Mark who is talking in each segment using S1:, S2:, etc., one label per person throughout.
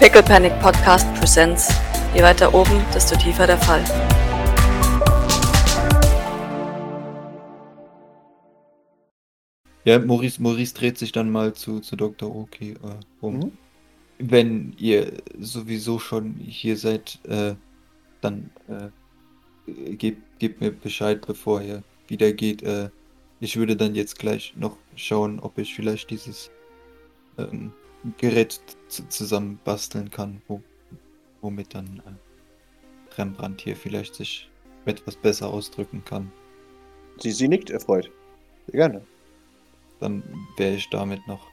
S1: Pickle Panic Podcast presents. Je weiter oben, desto tiefer der Fall.
S2: Ja, Maurice, Maurice dreht sich dann mal zu, zu Dr. Oki äh, um.
S3: Mhm.
S2: Wenn ihr sowieso schon hier seid, äh, dann äh, gebt, gebt mir Bescheid, bevor ihr wieder geht. Äh, ich würde dann jetzt gleich noch schauen, ob ich vielleicht dieses ähm, Gerät z- zusammenbasteln kann, wo, womit dann äh, Rembrandt hier vielleicht sich etwas besser ausdrücken kann.
S3: Sie, sie nickt erfreut. Sehr gerne.
S2: dann wäre ich damit noch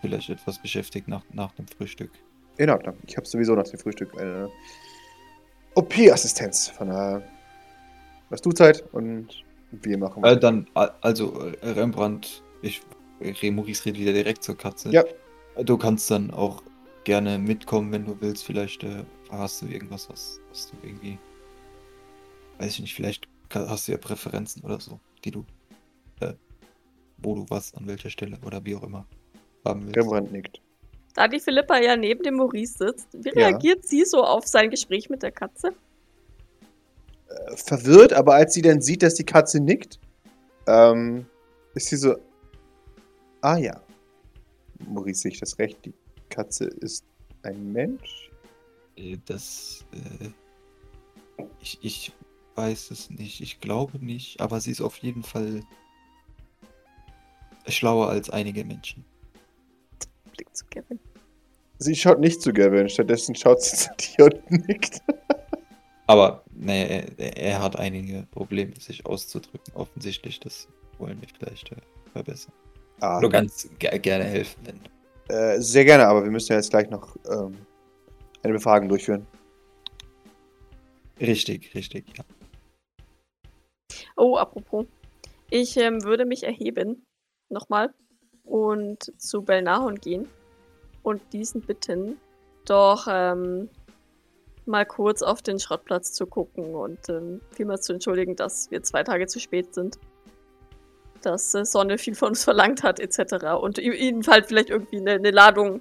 S2: vielleicht etwas beschäftigt nach, nach dem Frühstück.
S3: In Ordnung. Ich habe sowieso nach dem Frühstück eine OP-Assistenz von daher Hast du Zeit und wir machen
S2: Äh, dann, a- also äh, Rembrandt, ich, Re- Maurice redet wieder direkt zur Katze.
S3: Ja.
S2: Du kannst dann auch gerne mitkommen, wenn du willst. Vielleicht äh, hast du irgendwas, was, was du irgendwie, weiß ich nicht, vielleicht ka- hast du ja Präferenzen oder so, die du, äh, wo du was, an welcher Stelle oder wie auch immer haben willst.
S3: Rembrandt nickt.
S4: Da die Philippa ja neben dem Maurice sitzt, wie
S3: Ja.
S4: reagiert sie so auf sein Gespräch mit der Katze?
S3: Äh, Verwirrt, aber als sie dann sieht, dass die Katze nickt, ähm, ist sie so. Ah ja. Maurice sehe ich das recht. Die Katze ist ein Mensch.
S2: Äh, Das. Äh, ich, ich weiß es nicht. Ich glaube nicht. Aber sie ist auf jeden Fall schlauer als einige Menschen.
S4: Blick zu Kevin.
S3: Sie schaut nicht zu Gavin, stattdessen schaut sie zu dir und nickt.
S2: Aber naja, er, er- er hat einige Probleme, sich auszudrücken. Offensichtlich, das wollen wir vielleicht äh, verbessern.
S3: Ah,
S2: Nur ganz ge gerne helfen, wenn.
S3: Äh, sehr gerne, aber wir müssen ja jetzt gleich noch ähm, eine Befragung durchführen.
S2: Richtig, richtig, ja.
S4: Oh, apropos. Ich ähm, würde mich erheben. Nochmal. Und zu Belnahon gehen. Und diesen bitten, doch ähm, mal kurz auf den Schrottplatz zu gucken und ähm, vielmals zu entschuldigen, dass wir zwei Tage zu spät sind. Dass äh, Sonne viel von uns verlangt hat, etc. Und i- ihnen halt vielleicht irgendwie eine, eine Ladung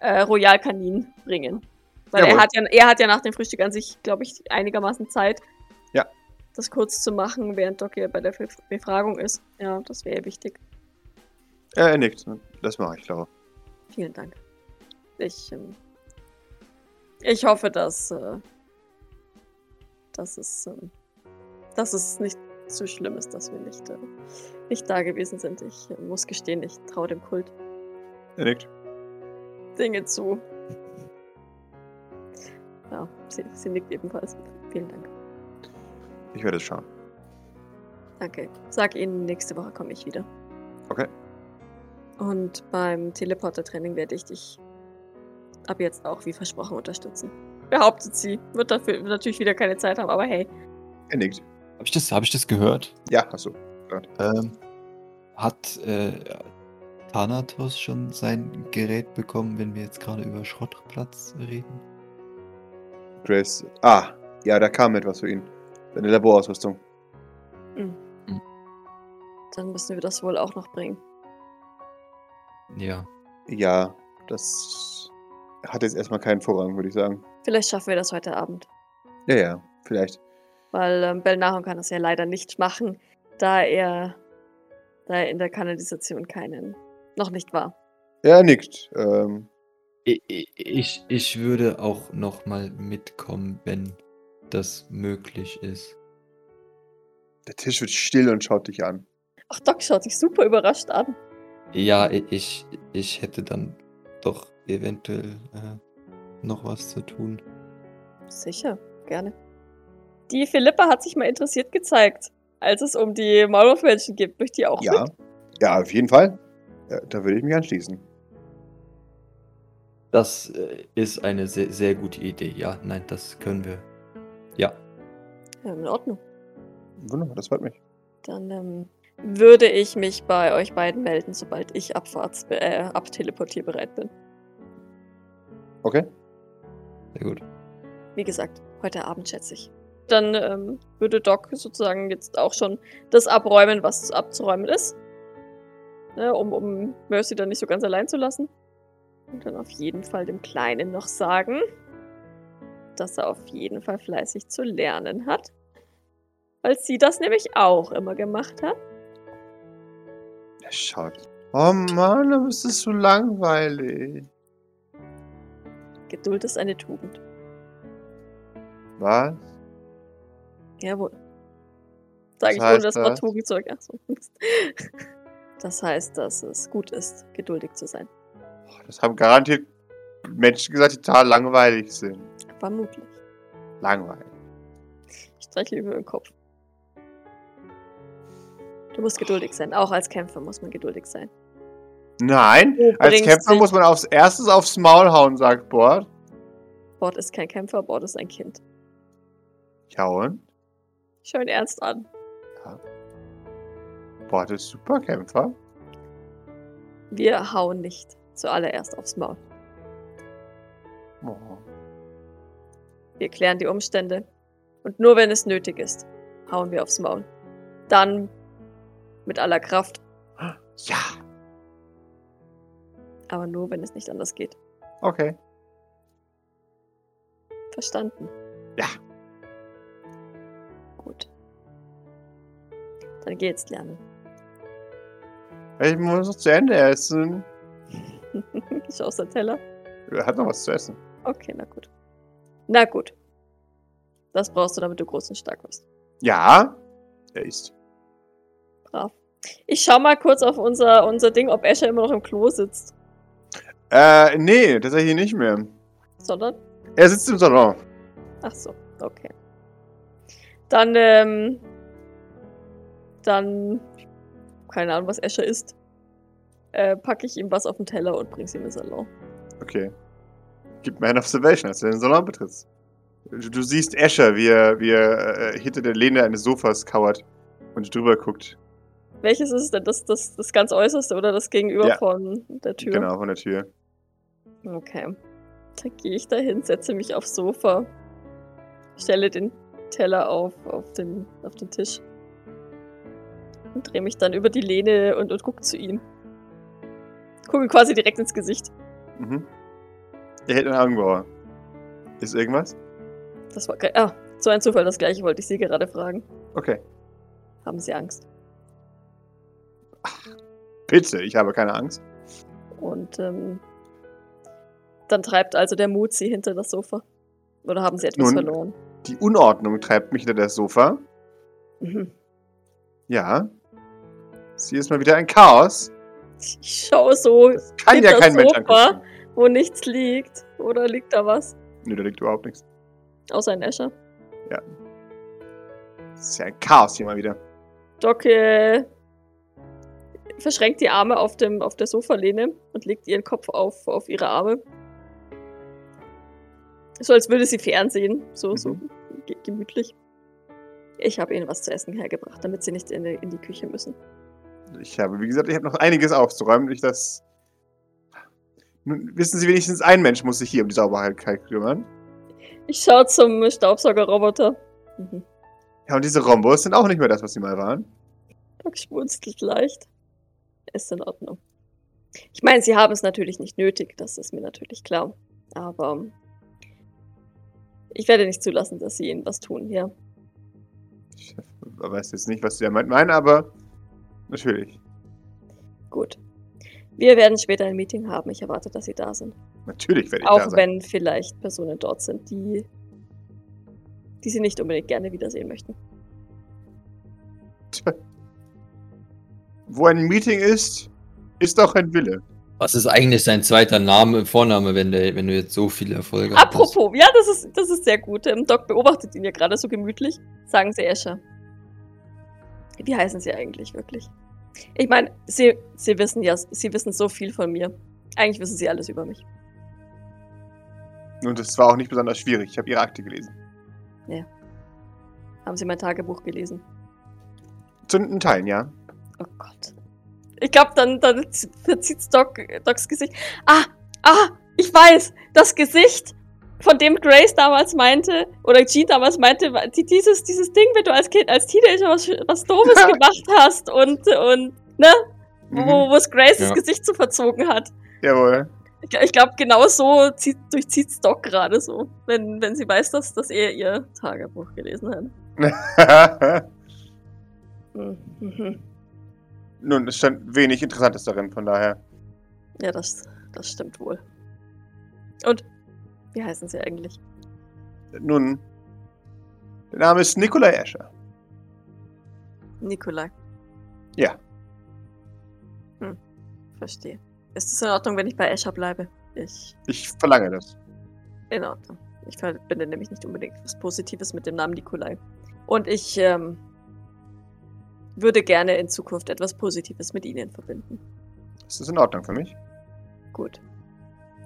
S4: äh, Royal Kanin bringen. Weil er
S3: Jawohl.
S4: hat, ja, er hat ja nach dem Frühstück an sich, glaube ich, einigermaßen Zeit das kurz zu machen, während Doc hier bei der Bef- Befragung ist. Ja, das wäre wichtig.
S3: Ja, Äh, er nickt. Das mache ich, glaube
S4: Vielen Dank. Ich, ähm, ich hoffe, dass, äh, dass, es, ähm, dass es nicht zu schlimm ist, dass wir nicht, äh, nicht da gewesen sind. Ich äh, muss gestehen, ich traue dem Kult
S3: Er nickt.
S4: Dinge zu. Ja, sie, sie nickt ebenfalls. Vielen Dank.
S3: Ich werde es schauen.
S4: Danke. Sag ihnen, nächste Woche komme ich wieder.
S3: Okay.
S4: Und beim Teleporter-Training werde ich dich ab jetzt auch wie versprochen unterstützen. Behauptet sie. Wird dafür natürlich wieder keine Zeit haben, aber hey.
S3: Er nickt.
S2: Habe ich, das- hab ich das gehört?
S3: Ja, achso.
S2: Ähm, hat äh, Thanatos schon sein Gerät bekommen, wenn wir jetzt gerade über Schrottplatz reden?
S3: Grace. Ah, ja, da kam etwas für ihn. Seine Laborausrüstung.
S4: Dann müssen wir das wohl auch noch bringen.
S2: Ja.
S3: Ja, das hat jetzt erstmal keinen Vorrang, würde ich sagen.
S4: Vielleicht schaffen wir das heute Abend.
S3: Ja, ja, vielleicht.
S4: Weil ähm, Belnahon kann das ja leider nicht machen, da er, da er in der Kanalisation keinen noch nicht war.
S3: Er nickt. Ähm,
S2: I- i- Ich, ich würde auch noch mal mitkommen, wenn das möglich ist.
S3: der Tisch wird still und schaut dich an.
S4: Ach, Doc schaut sich super überrascht an.
S2: Ja, i- ich, ich hätte dann doch eventuell äh, noch was zu tun.
S4: Sicher, gerne. Die Philippa hat sich mal interessiert gezeigt, als es um die Maulwurfmenschen gibt. Möchte die auch
S3: Ja.
S4: mit?
S3: Ja, auf jeden Fall. Ja, da würde ich mich anschließen.
S2: Das äh, ist eine sehr, sehr gute Idee. Ja, nein, das können wir. Ja.
S4: Ja, in Ordnung.
S3: Wunderbar, das freut mich.
S4: Dann ähm, würde ich mich bei euch beiden melden, sobald ich abfahrts äh, abteleportierbereit bin.
S3: Okay.
S2: Sehr gut.
S4: Wie gesagt, heute Abend schätze ich. Dann ähm, würde Doc sozusagen jetzt auch schon das abräumen, was abzuräumen ist. Ne, um, um Mercy dann nicht so ganz allein zu lassen. Und dann auf jeden Fall dem Kleinen noch sagen, dass er auf jeden Fall fleißig zu lernen hat. Weil sie das nämlich auch immer gemacht hat.
S3: Er schaut. Oh Mann, aber es ist so langweilig.
S4: Geduld ist eine Tugend.
S3: Was?
S4: Jawohl. Sag
S3: Was
S4: ich,
S3: heißt
S4: ohne das Wort
S3: das?
S4: Tugendzeug. Ach so. Das heißt, dass es gut ist, geduldig zu sein.
S3: Das haben garantiert Menschen gesagt, die total langweilig sind.
S4: Vermutlich.
S3: Langweilig.
S4: Ich streichle über den Kopf. Du musst geduldig sein. Auch als Kämpfer muss man geduldig sein.
S3: Nein,
S4: Du
S3: als
S4: bringst
S3: Kämpfer
S4: dich-
S3: muss man aufs erstes aufs Maul hauen, sagt Bord.
S4: Bord ist kein Kämpfer, Bord ist ein Kind.
S3: Ja und?
S4: Ich schau ihn ernst an.
S3: Bord ist Superkämpfer.
S4: Wir hauen nicht zuallererst aufs Maul.
S3: Oh.
S4: Wir klären die Umstände. Und nur wenn es nötig ist, hauen wir aufs Maul. Dann mit aller Kraft,
S3: Ja,
S4: aber nur wenn es nicht anders geht.
S3: okay.
S4: Verstanden?
S3: Ja.
S4: Gut. Dann geht's lernen.
S3: Ich muss noch zu Ende essen.
S4: ich schau aus der Teller.
S3: Er hat noch was zu essen.
S4: Okay, na gut. Na gut. Das brauchst du, damit du groß und stark wirst.
S3: Ja, er isst.
S4: Brav. Ich schau mal kurz auf unser, unser Ding, ob Escher immer noch im Klo sitzt.
S3: Äh, nee, tatsächlich nicht mehr.
S4: Sondern
S3: Er sitzt im Salon.
S4: Ach so, okay. Dann, ähm, dann, keine Ahnung, was Escher ist, äh, packe ich ihm was auf den Teller und bring's ihm ins Salon.
S3: Okay. Gib mir eine Observation, als du den Salon betrittst. Du, du siehst Escher, wie er, wie er äh, hinter der Lehne eines Sofas kauert und drüber guckt.
S4: Welches ist denn das, das, das ganz äußerste oder das gegenüber
S3: Ja.
S4: von der Tür?
S3: Genau, von der Tür.
S4: Okay. Dann gehe ich dahin, setze mich aufs Sofa, stelle den Teller auf, auf, den, auf den Tisch und drehe mich dann über die Lehne und, und gucke zu ihm. Gucke quasi direkt ins Gesicht.
S3: Mhm. Er hält ein Augenbrauer. Ist irgendwas?
S4: Das war ge- Ah, so ein Zufall, das gleiche wollte ich Sie gerade fragen.
S3: Okay.
S4: Haben Sie Angst?
S3: Bitte, ich habe keine Angst.
S4: Und ähm, dann treibt also der Mut Sie hinter das Sofa. Oder haben Sie etwas
S3: Nun.
S4: verloren?
S3: Die Unordnung treibt mich hinter das Sofa.
S4: Mhm.
S3: Ja. Sie ist mal wieder ein Chaos.
S4: Ich schaue so,
S3: Kann
S4: Hinter
S3: ja kein Mensch
S4: Sofa?
S3: angucken.
S4: wo nichts liegt. Oder liegt da was?
S3: Nö, da liegt überhaupt nichts.
S4: Außer ein Escher.
S3: Es ist ja ein Chaos hier mal wieder.
S4: Doc äh, verschränkt die Arme auf, dem, auf der Sofalehne und legt ihren Kopf auf, auf ihre Arme. So als würde sie fernsehen. So, so ge- gemütlich. Ich habe ihnen was zu essen hergebracht, damit sie nicht in die, in die Küche müssen.
S3: Ich habe, wie gesagt, ich habe noch einiges aufzuräumen. Ich das. Nun wissen Sie wenigstens, ein Mensch muss sich hier um die Sauberkeit kümmern.
S4: Ich schaue zum Staubsaugerroboter. Mhm.
S3: Ja, und diese Rombos sind auch nicht mehr das, was sie mal waren.
S4: Doc schmunzelt leicht. Ist in Ordnung. Ich meine, sie haben es natürlich nicht nötig, das ist mir natürlich klar. Aber ich werde nicht zulassen, dass sie ihnen was tun, ja.
S3: Ich weiß jetzt nicht, was Sie damit meinen, aber natürlich.
S4: Gut. Wir werden später ein Meeting haben. Ich erwarte, dass Sie da sind.
S3: Natürlich werde ich
S4: Auch
S3: da sein.
S4: wenn vielleicht Personen dort sind, die, die Sie nicht unbedingt gerne wiedersehen möchten.
S3: Wo ein Meeting ist, ist auch ein Wille.
S2: Was ist eigentlich sein zweiter Name, Vorname, wenn, der, wenn du jetzt so viele Erfolge hattest?
S4: Apropos, ja, das ist, das ist sehr gut. Ähm, Doc beobachtet ihn ja gerade so gemütlich. Sagen Sie Escher. Wie heißen Sie eigentlich wirklich? Ich meine, Sie, Sie wissen ja, Sie wissen so viel von mir. Eigentlich wissen Sie alles über mich.
S3: Und es war auch nicht besonders schwierig. Ich habe Ihre Akte gelesen.
S4: Haben Sie mein Tagebuch gelesen?
S3: Zu den Teilen, ja.
S4: Oh Gott. Ich glaube, dann, dann z- verzieht Doc, Docs Gesicht. Ah, ah, ich weiß, das Gesicht, von dem Grace damals meinte, oder Jean damals meinte, war die- dieses, dieses Ding, wenn du als Kind, als Teenager was, was Doofes gemacht hast und, und
S3: Mhm.
S4: wo, wo es Graces
S2: Ja.
S4: Gesicht so verzogen hat.
S3: Jawohl.
S4: Ich, gl- ich glaube, genau so zieht, durchzieht Stock gerade so. Wenn, wenn sie weiß, dass, dass er ihr Tagebuch gelesen hat. Hm, Mhm.
S3: Nun, es stand wenig Interessantes darin, von daher.
S4: Ja, das, das stimmt wohl. Und wie heißen sie eigentlich?
S3: Nun, der Name ist Nikolai Escher.
S4: Nikolai.
S3: Ja.
S4: Hm, verstehe. Ist es in Ordnung, wenn ich bei Escher bleibe? Ich.
S3: Ich verlange das.
S4: In Ordnung. Ich verbinde nämlich nicht unbedingt was Positives mit dem Namen Nikolai. Und ich ähm, würde gerne in Zukunft etwas Positives mit Ihnen verbinden.
S3: Ist das in Ordnung für mich?
S4: Gut.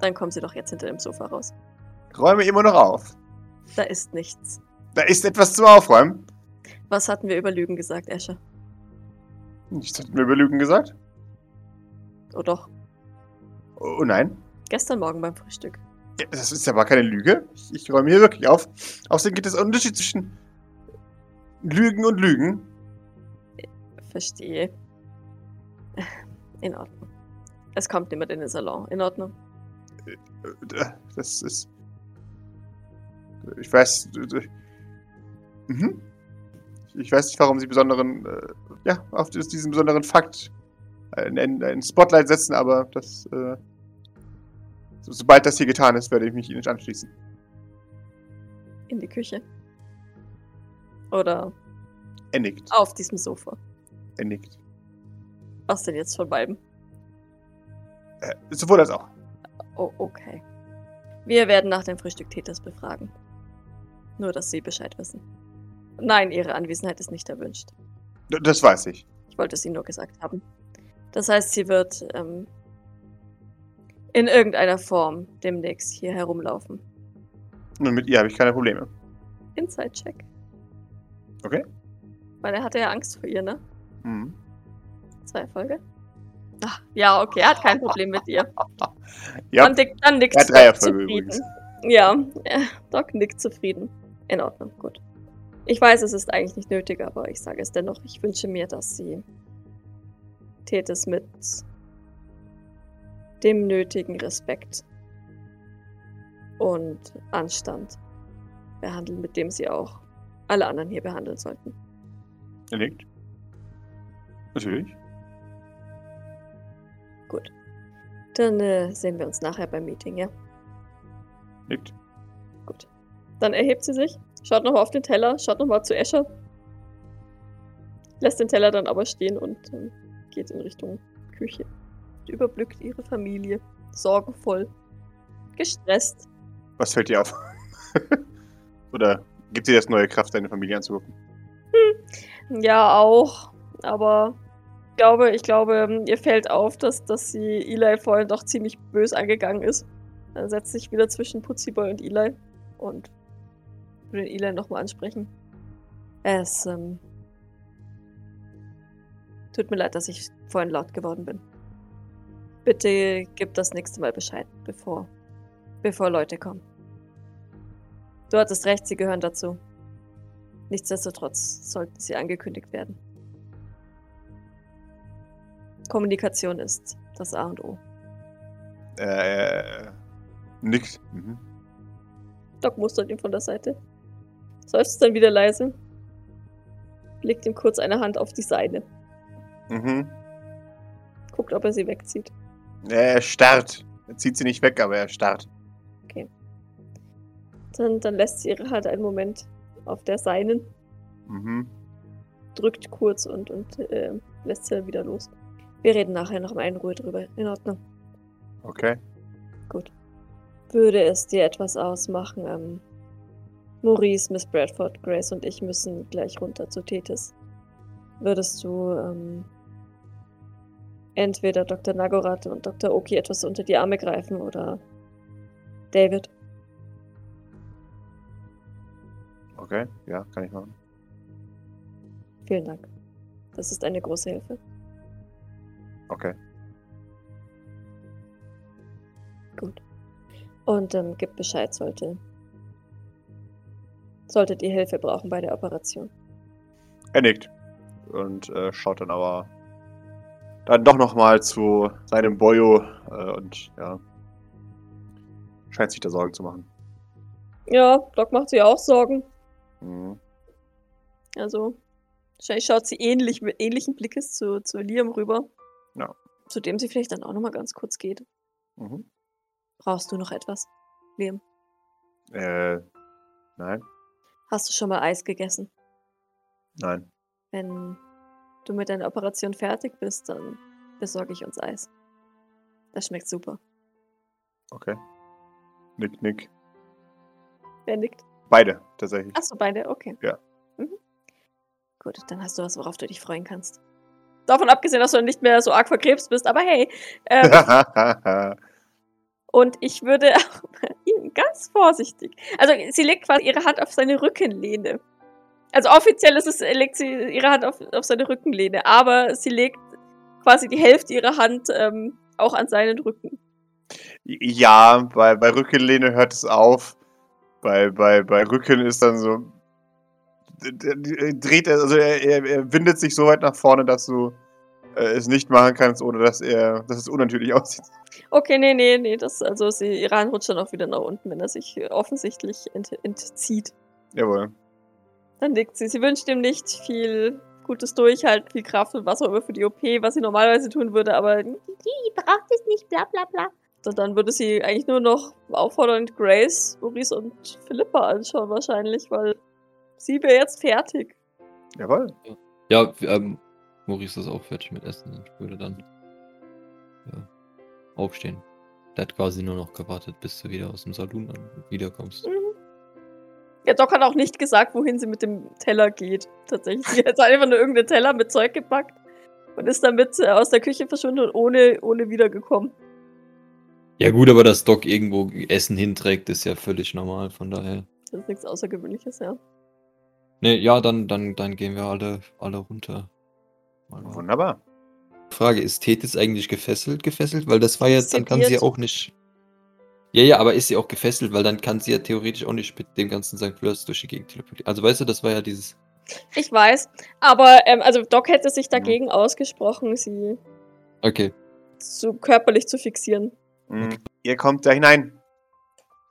S4: Dann kommen Sie doch jetzt hinter dem Sofa raus.
S3: Räume immer noch auf.
S4: Da ist nichts.
S3: Da ist etwas zum Aufräumen.
S4: Was hatten wir über Lügen gesagt, Escher?
S3: Nichts hat mir über Lügen gesagt.
S4: Oh doch,
S3: Oh nein.
S4: gestern Morgen beim Frühstück.
S3: Ja, Das ist aber keine Lüge. Ich, ich räume hier wirklich auf. Außerdem gibt es einen Unterschied zwischen Lügen und Lügen.
S4: Verstehe. In Ordnung. Es kommt niemand in den Salon. In Ordnung.
S3: Äh, Das ist. Ich weiß. äh, Mhm. Ich weiß nicht, warum sie besonderen. Äh, ja, auf dies- diesen besonderen Fakt äh, ein, ein, ein Spotlight setzen, aber das. Äh, so, sobald das hier getan ist, werde ich mich ihnen anschließen.
S4: In die Küche. Oder
S3: Er nickt.
S4: auf diesem Sofa.
S3: Er nickt.
S4: Was denn jetzt von beiden?
S3: Äh, sowohl als auch.
S4: Oh, okay. Wir werden nach dem Frühstück Tethys befragen. Nur, dass Sie Bescheid wissen. Nein, Ihre Anwesenheit ist nicht erwünscht.
S3: D das weiß ich.
S4: Ich wollte es Ihnen nur gesagt haben. Das heißt, sie wird ähm, in irgendeiner Form demnächst hier herumlaufen.
S3: Nun, mit ihr habe ich keine Probleme.
S4: Inside-Check.
S3: Okay.
S4: Weil er hatte ja Angst vor ihr, ne?
S3: Mhm.
S4: Zwei Erfolge. Ach, ja, okay, er hat kein Problem mit ihr.
S3: Ja.
S4: Dann, nick, dann nickt
S3: Er hat drei
S4: Doc
S3: Erfolge
S4: zufrieden.
S3: übrigens.
S4: Ja, äh, Doc nickt zufrieden. In Ordnung, gut. Ich weiß, es ist eigentlich nicht nötig, aber ich sage es dennoch. Ich wünsche mir, dass sie Tethys mit dem nötigen Respekt und Anstand behandeln, mit dem sie auch alle anderen hier behandeln sollten.
S3: Er nickt. Natürlich.
S4: Dann äh, sehen wir uns nachher beim Meeting, ja?
S3: Nickt.
S4: Gut. Dann erhebt sie sich, schaut nochmal auf den Teller, schaut nochmal zu Escher. Lässt den Teller dann aber stehen und ähm, geht in Richtung Küche. Sie überblickt ihre Familie. Sorgenvoll. Gestresst.
S3: Was fällt dir auf? Oder gibt dir das neue Kraft, deine Familie anzugucken?
S4: Ja, auch. Aber ich glaube, ich glaube, ihr fällt auf, dass, dass sie Eli vorhin doch ziemlich bös angegangen ist. Dann setzt sich wieder zwischen Putziboy und Eli und will den Eli nochmal ansprechen. Es ähm, tut mir leid, dass ich vorhin laut geworden bin. Bitte gib das nächste Mal Bescheid, bevor, bevor Leute kommen. Du hattest recht, sie gehören dazu. Nichtsdestotrotz sollten sie angekündigt werden. Kommunikation ist das A und O.
S3: Äh, nickt. Mhm.
S4: Doc mustert ihn von der Seite. Seufzt dann wieder leise. Legt ihm kurz eine Hand auf die Seine.
S3: Mhm.
S4: Guckt, ob er sie wegzieht.
S3: Er starrt. Er zieht sie nicht weg, aber er starrt.
S4: Dann, dann lässt sie ihre Hand einen Moment auf der Seinen,
S3: Mhm.
S4: drückt kurz und, und äh, lässt sie dann wieder los. Wir reden nachher noch mal in Ruhe drüber. In Ordnung.
S3: Okay.
S4: würde es dir etwas ausmachen. Ähm, Maurice, Miss Bradford, Grace und ich müssen gleich runter zu Tethys. Würdest du ähm, entweder Dr. Nagorath und Dr. Oki etwas unter die Arme greifen oder David?
S3: Okay. Ja, kann ich machen.
S4: Vielen Dank. Das ist eine große Hilfe.
S3: Okay.
S4: Gut. Und ähm, gib Bescheid, sollte. Solltet ihr Hilfe brauchen bei der Operation.
S3: Er nickt. Und äh, schaut dann aber dann doch nochmal zu seinem Boyo äh, und ja, Scheint sich da Sorgen zu machen.
S4: Ja, Block macht sich auch Sorgen.
S3: Mhm.
S4: Also, wahrscheinlich schaut sie ähnlich, mit ähnlichen Blickes zu, zu Liam rüber.
S3: Ja.
S4: Zu dem sie vielleicht dann auch nochmal ganz kurz geht.
S3: Mhm.
S4: Brauchst du noch etwas? Liam,
S3: Äh, nein,
S4: hast du schon mal Eis gegessen?
S3: nein.
S4: Wenn du mit deiner Operation fertig bist, dann besorge ich uns Eis. Das schmeckt super.
S3: Okay. Nick, nick.
S4: Wer nickt?
S3: Beide, tatsächlich.
S4: Achso, beide, okay.
S3: Ja.
S4: Mhm. Gut, dann hast du was, worauf du dich freuen kannst. Davon abgesehen, dass du nicht mehr so arg verkrebst bist, aber hey. Ähm, Und ich würde auch ihn ganz vorsichtig. Also sie legt quasi ihre Hand auf seine Rückenlehne. Also offiziell ist es, legt sie ihre Hand auf, auf seine Rückenlehne, aber sie legt quasi die Hälfte ihrer Hand ähm, auch an seinen Rücken.
S3: ja, bei, bei Rückenlehne hört es auf. Bei, bei, bei Rücken ist dann so. d- d- d- Dreht er, also er, er, er windet sich so weit nach vorne, dass du äh, es nicht machen kannst, ohne dass er, dass es unnatürlich aussieht.
S4: Okay, nee, nee, nee, das, also sie, ihre Hand rutscht dann auch wieder nach unten, wenn er sich äh, offensichtlich ent, entzieht.
S3: Jawohl.
S4: Dann nickt sie. Sie wünscht ihm nicht viel gutes Durchhalten, viel Kraft und was auch immer für die OP, was sie normalerweise tun würde, aber die braucht es nicht, bla bla bla. Und dann würde sie eigentlich nur noch auffordernd Grace, Maurice und Philippa anschauen wahrscheinlich, weil sie wäre jetzt fertig.
S3: Jawohl.
S2: Ja, ähm, Maurice ist auch fertig mit Essen und würde dann ja, aufstehen. Der hat quasi nur noch gewartet, bis du wieder aus dem Saloon an- wiederkommst.
S4: Ja, Doc hat auch nicht gesagt, wohin sie mit dem Teller geht. Tatsächlich. Sie hat einfach nur irgendeinen Teller mit Zeug gepackt und ist damit äh, aus der Küche verschwunden und ohne, ohne wiedergekommen.
S2: Ja gut, aber dass Doc irgendwo Essen hinträgt, ist ja völlig normal, von daher.
S4: Das ist nichts Außergewöhnliches, ja.
S2: Ne, ja, dann, dann, dann gehen wir alle, alle runter. Mal mal.
S3: Wunderbar.
S2: Frage, ist Tethys eigentlich gefesselt? Gefesselt? Weil das war jetzt, dann kann sie ja
S4: Sediert.
S2: auch nicht. Ja, ja, aber ist sie auch gefesselt, weil dann kann sie ja theoretisch auch nicht mit dem ganzen St. Flörs durch die Gegend teleportieren. Also weißt du, das war ja dieses.
S4: Ich weiß, aber ähm, also Doc hätte sich dagegen ausgesprochen, sie
S2: Okay.
S4: zu körperlich zu fixieren.
S3: Mhm. Ihr kommt da hinein.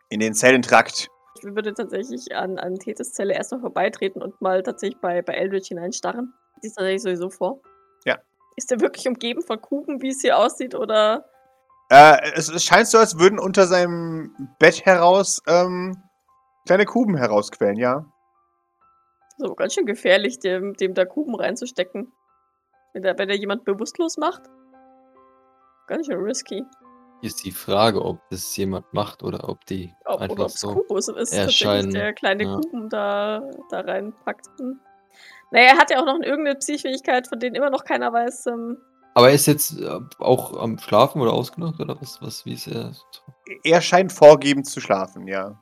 S3: In den Zellentrakt.
S4: Ich würde tatsächlich an, an Tethys Zelle erstmal vorbeitreten und mal tatsächlich bei, bei Eldritch hineinstarren. Die ist tatsächlich sowieso vor.
S3: Ja.
S4: Ist er wirklich umgeben von Kuben, wie es hier aussieht, oder?
S3: Äh, es, es scheint so, als würden unter seinem Bett heraus ähm, kleine Kuben herausquellen, ja.
S4: So, ganz schön gefährlich, dem, dem da Kuben reinzustecken. Wenn der, wenn der jemand bewusstlos macht. Ganz schön risky.
S2: Ist die Frage, ob das jemand macht oder ob die
S4: Ob, oder
S2: einfach
S4: ob es
S2: so.
S4: Kubus ist,
S2: erscheinen,
S4: tatsächlich der kleine
S2: ja.
S4: Kuben da, da reinpackt. Hm. Naja, er hat ja auch noch irgendeine Psychfähigkeit, von denen immer noch keiner weiß. Ähm,
S2: Aber er ist jetzt äh, auch am Schlafen oder ausgenockt oder was? was wie ist er?
S3: Er scheint vorgebend zu schlafen, ja.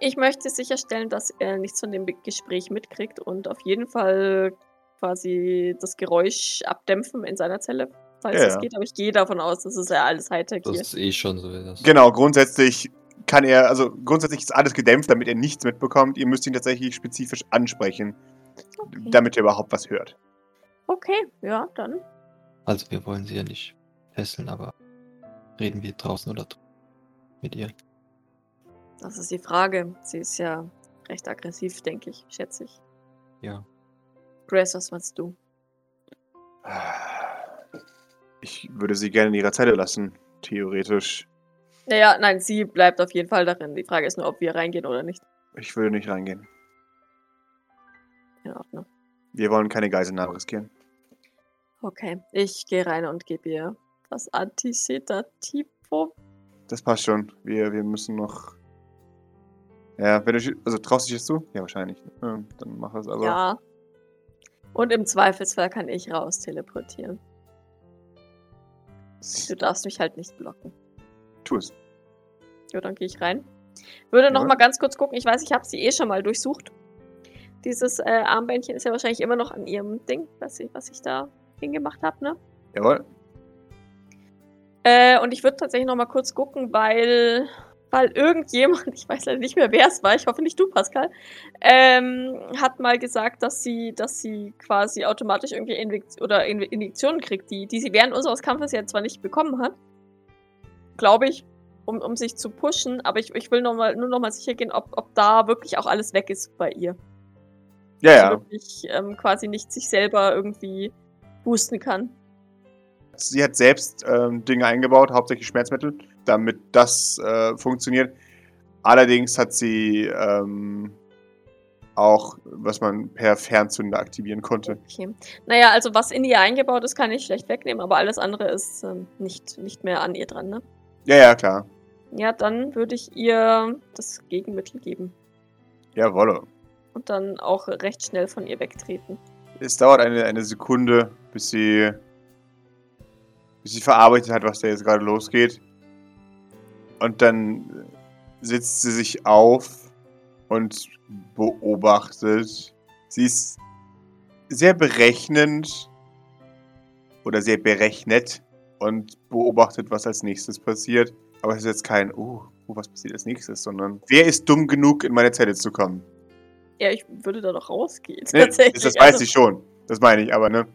S4: ich möchte sicherstellen, dass er nichts von dem Be- Gespräch mitkriegt und auf jeden Fall quasi das Geräusch abdämpfen in seiner Zelle, falls
S3: Ja,
S4: es
S3: ja.
S4: geht. Aber ich gehe davon aus, das ist ja alles Hightech
S2: Das
S4: hier.
S2: ist eh schon so. Das.
S3: Genau, grundsätzlich kann er, also grundsätzlich ist alles gedämpft, damit er nichts mitbekommt. Ihr müsst ihn tatsächlich spezifisch ansprechen,
S4: Okay.
S3: damit er überhaupt was hört.
S4: okay, ja, dann.
S2: Also wir wollen sie ja nicht fesseln, aber reden wir draußen oder dr- mit ihr.
S4: Das ist die Frage. Sie ist ja recht aggressiv, denke ich, schätze ich.
S2: Ja.
S4: Grace, was meinst du?
S3: Ich würde sie gerne in ihrer Zelle lassen, theoretisch.
S4: Naja, nein, sie bleibt auf jeden Fall darin. Die Frage ist nur, ob wir reingehen oder nicht.
S3: Ich würde nicht reingehen.
S4: In Ordnung.
S3: Wir wollen keine Geiselnahme riskieren.
S4: Okay, ich gehe rein und gebe ihr das Antisetativo.
S3: Das passt schon. Wir, wir müssen noch. Ja, wenn du. Also traust du dich das zu? Ja, wahrscheinlich. Ähm, dann mach es aber.
S4: Ja. Und im Zweifelsfall kann ich raus teleportieren. Du darfst mich halt nicht blocken.
S3: Tu es.
S4: Ja, dann gehe ich rein. Würde noch
S3: Jawohl.
S4: mal ganz kurz gucken. Ich weiß, ich habe sie eh schon mal durchsucht. Dieses äh, Armbändchen ist ja wahrscheinlich immer noch an ihrem Ding, was ich, was ich da hingemacht habe, ne?
S3: Jawohl.
S4: Äh, und ich würde tatsächlich noch mal kurz gucken, weil, weil irgendjemand, ich weiß leider nicht mehr, wer es war, ich hoffe nicht du, Pascal, ähm, hat mal gesagt, dass sie, dass sie quasi automatisch irgendwie Injekt oder In Injektionen kriegt, die, die sie während unseres Kampfes ja zwar nicht bekommen hat, glaube ich, um, um sich zu pushen, aber ich, ich will noch mal, nur nochmal sicher gehen, ob, ob da wirklich auch alles weg ist bei ihr.
S3: Ja,
S4: Also
S3: ja.
S4: Wirklich, ähm, quasi nicht sich selber irgendwie boosten kann.
S3: Sie hat selbst ähm, Dinge eingebaut, hauptsächlich Schmerzmittel, damit das äh, funktioniert. Allerdings hat sie ähm, auch, was man per Fernzünder aktivieren konnte.
S4: Okay. Naja, also was in ihr eingebaut ist, kann ich schlecht wegnehmen, aber alles andere ist ähm, nicht, nicht mehr an ihr dran, ne?
S3: Ja, ja, klar.
S4: Ja, dann würde ich ihr das Gegenmittel geben
S3: Jawolle.
S4: und dann auch recht schnell von ihr wegtreten.
S3: Es dauert eine, eine Sekunde, bis sie, bis sie verarbeitet hat, was da jetzt gerade losgeht. Und dann setzt sie sich auf und beobachtet. Sie ist sehr berechnend oder sehr berechnet und beobachtet, was als nächstes passiert. Aber es ist jetzt kein, oh, oh was passiert als nächstes, sondern wer ist dumm genug, in meine Zelle zu kommen?
S4: Ja, ich würde da noch rausgehen.
S3: Nee, das
S4: tatsächlich.
S3: das
S4: Also-
S3: weiß ich schon. Das meine ich, aber ne?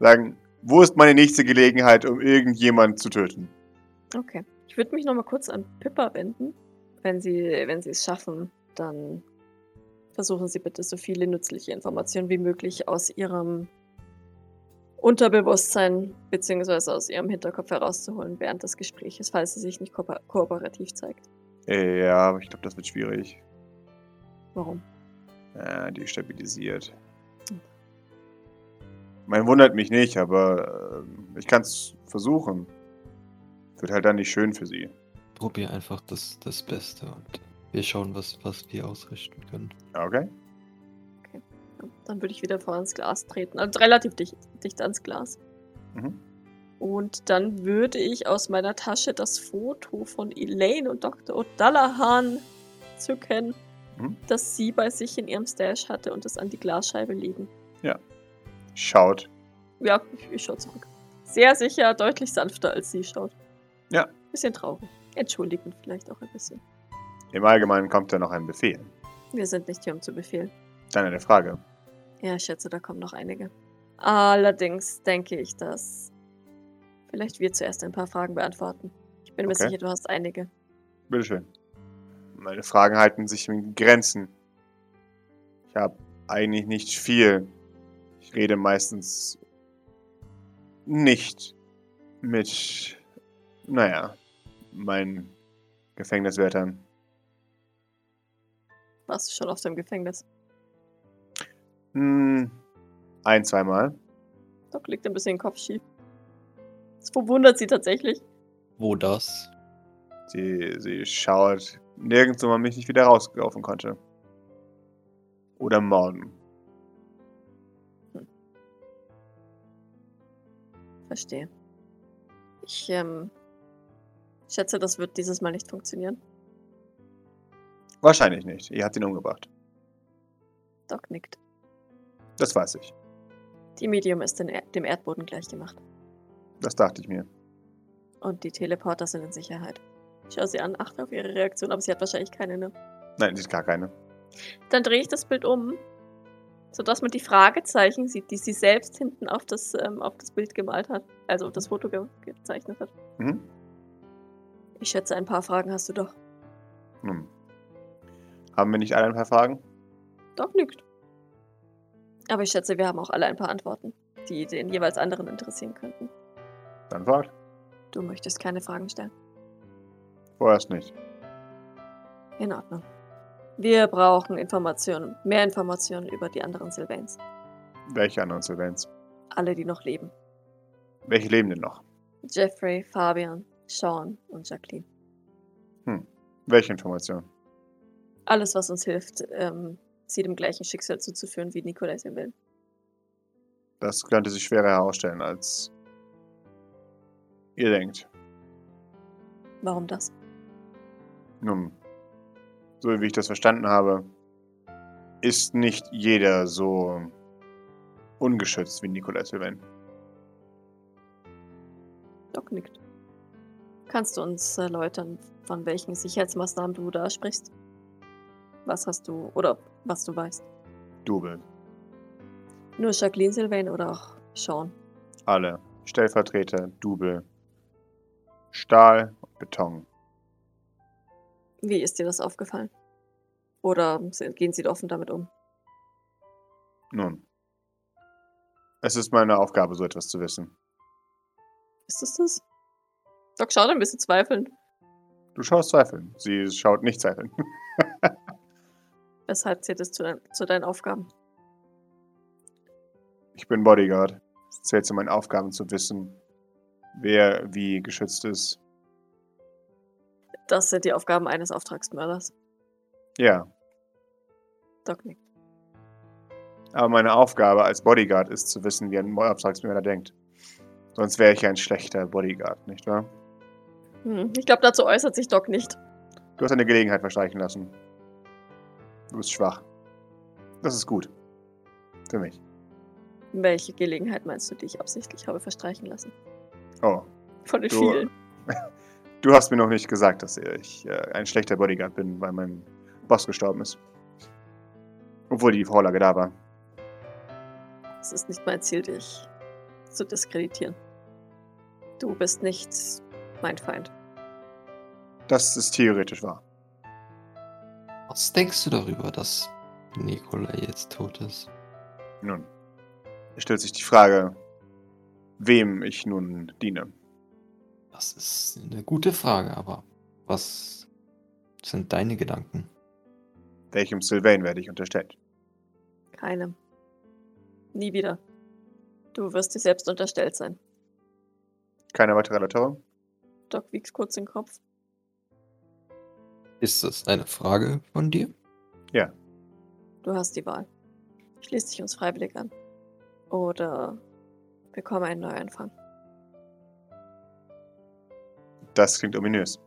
S3: Sagen, wo ist meine nächste Gelegenheit, um irgendjemanden zu töten?
S4: Okay. Ich würde mich nochmal kurz an Pippa wenden. Wenn sie, wenn sie es schaffen, dann versuchen sie bitte so viele nützliche Informationen wie möglich aus ihrem Unterbewusstsein beziehungsweise aus ihrem Hinterkopf herauszuholen während des Gesprächs, falls sie sich nicht kooper kooperativ zeigt.
S3: Äh, Ja, aber ich glaube, das wird schwierig.
S4: Warum?
S3: Äh, destabilisiert. Man wundert mich nicht, aber ähm, ich kann es versuchen. Wird halt dann nicht schön für sie.
S2: Probier einfach das, das Beste und wir schauen, was, was wir ausrichten können.
S3: Ja, Okay?
S4: Ja, Dann würde ich wieder vor ans Glas treten. Also relativ dicht, dicht ans Glas.
S3: Mhm.
S4: Und dann würde ich aus meiner Tasche das Foto von Elaine und Dr. O'Dallahan zücken,
S3: Mhm.
S4: das sie bei sich in ihrem Stash hatte und es an die Glasscheibe legen.
S3: Schaut.
S4: Ja, ich, ich schaue zurück. Sehr sicher, deutlich sanfter als sie schaut.
S3: Ja.
S4: Bisschen traurig. Entschuldigend vielleicht auch ein bisschen.
S3: Im Allgemeinen kommt da noch ein Befehl.
S4: Wir sind nicht hier, um zu befehlen.
S3: Dann eine Frage.
S4: Ja, ich schätze, da kommen noch einige. Allerdings denke ich, dass vielleicht wir zuerst ein paar Fragen beantworten. Ich bin mir
S3: Okay.
S4: sicher, du hast einige.
S3: Bitteschön. Meine Fragen halten sich in Grenzen. Ich habe eigentlich nicht viel. Ich rede meistens nicht mit, naja, meinen Gefängniswärtern.
S4: Warst du schon auf dem Gefängnis?
S3: Hm, ein, zweimal.
S4: Doc liegt ein bisschen den Kopf schief. Das verwundert sie tatsächlich.
S2: Wo das?
S3: Sie, sie schaut nirgends, wo man mich nicht wieder rauslaufen konnte. Oder morden.
S4: Verstehe. Ich ähm, schätze, das wird dieses Mal nicht funktionieren.
S3: Wahrscheinlich nicht. Ihr habt ihn umgebracht.
S4: Doc nickt.
S3: Das weiß ich.
S4: Die Medium ist den er dem Erdboden gleichgemacht.
S3: Das dachte ich mir.
S4: Und die Teleporter sind in Sicherheit. Ich schaue sie an, achte auf ihre Reaktion, aber sie hat wahrscheinlich keine, ne?
S3: Nein, das ist gar keine.
S4: Dann drehe ich das Bild um, sodass man die Fragezeichen sieht, die sie selbst hinten auf das, ähm, auf das Bild gemalt hat. Also auf das Foto ge gezeichnet hat.
S3: Mhm.
S4: Ich schätze, ein paar Fragen hast du doch.
S3: Hm. Haben wir nicht alle ein paar Fragen?
S4: Doch nickt. Aber ich schätze, wir haben auch alle ein paar Antworten, die den jeweils anderen interessieren könnten.
S3: Dann fragt.
S4: Du möchtest keine Fragen stellen.
S3: Vorerst nicht.
S4: In Ordnung. Wir brauchen Informationen, mehr Informationen über die anderen Sylvains.
S3: Welche anderen Sylvans?
S4: Alle, die noch leben.
S3: Welche leben denn noch?
S4: Jeffrey, Fabian, Sean und Jacqueline.
S3: Welche Informationen?
S4: Alles, was uns hilft, ähm, sie dem gleichen Schicksal zuzuführen, wie Nikolai sie will.
S3: Das könnte sich schwerer herausstellen, als ihr denkt.
S4: Warum das?
S3: Nun, so wie ich das verstanden habe, ist nicht jeder so ungeschützt wie Nikolai Sylvan.
S4: Doc nickt. Kannst du uns erläutern, von welchen Sicherheitsmaßnahmen du da sprichst? Was hast du oder was du weißt?
S3: Double.
S4: Nur Jacqueline Sylvain oder auch Sean?
S3: Alle. Stellvertreter, Double. Stahl und Beton.
S4: Wie ist dir das aufgefallen? Oder se- gehen sie offen damit um?
S3: Nun. Es ist meine Aufgabe, so etwas zu wissen.
S4: Ist es das? Doc schaut ein bisschen zweifelnd.
S3: Du schaust zweifeln. Sie schaut nicht zweifeln.
S4: Weshalb zählt es zu, dein, zu deinen Aufgaben?
S3: Ich bin Bodyguard. Es zählt zu meinen Aufgaben zu wissen, wer wie geschützt ist.
S4: Das sind die Aufgaben eines Auftragsmörders.
S3: Ja,
S4: Doc nickt.
S3: aber meine Aufgabe als Bodyguard ist zu wissen, wie ein Auftragsmörder denkt. Sonst wäre ich ein schlechter Bodyguard, nicht wahr?
S4: Hm, ich glaube, dazu äußert sich Doc nicht.
S3: Du hast eine Gelegenheit verstreichen lassen. Du bist schwach. Das ist gut. Für mich.
S4: Welche Gelegenheit meinst du, die ich absichtlich habe verstreichen lassen?
S3: Oh,
S4: Von den
S3: Du-
S4: vielen.
S3: du hast mir noch nicht gesagt, dass ich äh, ein schlechter Bodyguard bin, weil mein Boss gestorben ist. Obwohl die Vorlage da war.
S4: Es ist nicht mein Ziel, dich zu diskreditieren. Du bist nicht mein Feind.
S3: Das ist theoretisch wahr.
S2: Was denkst du darüber, dass Nikolai jetzt tot ist?
S3: Nun, es stellt sich die Frage, wem ich nun diene.
S2: Das ist eine gute Frage, aber was sind deine Gedanken?
S3: Welchem Sylvain werde ich unterstellt?
S4: Keinem. Nie wieder. Du wirst dir selbst unterstellt sein.
S3: Keine weitere Relateure?
S4: Doc wiegt kurz den Kopf.
S2: Ist das eine Frage von dir?
S4: Du hast die Wahl. Schließ dich uns freiwillig an. Oder bekomme einen Neuanfang.
S3: Das klingt ominös.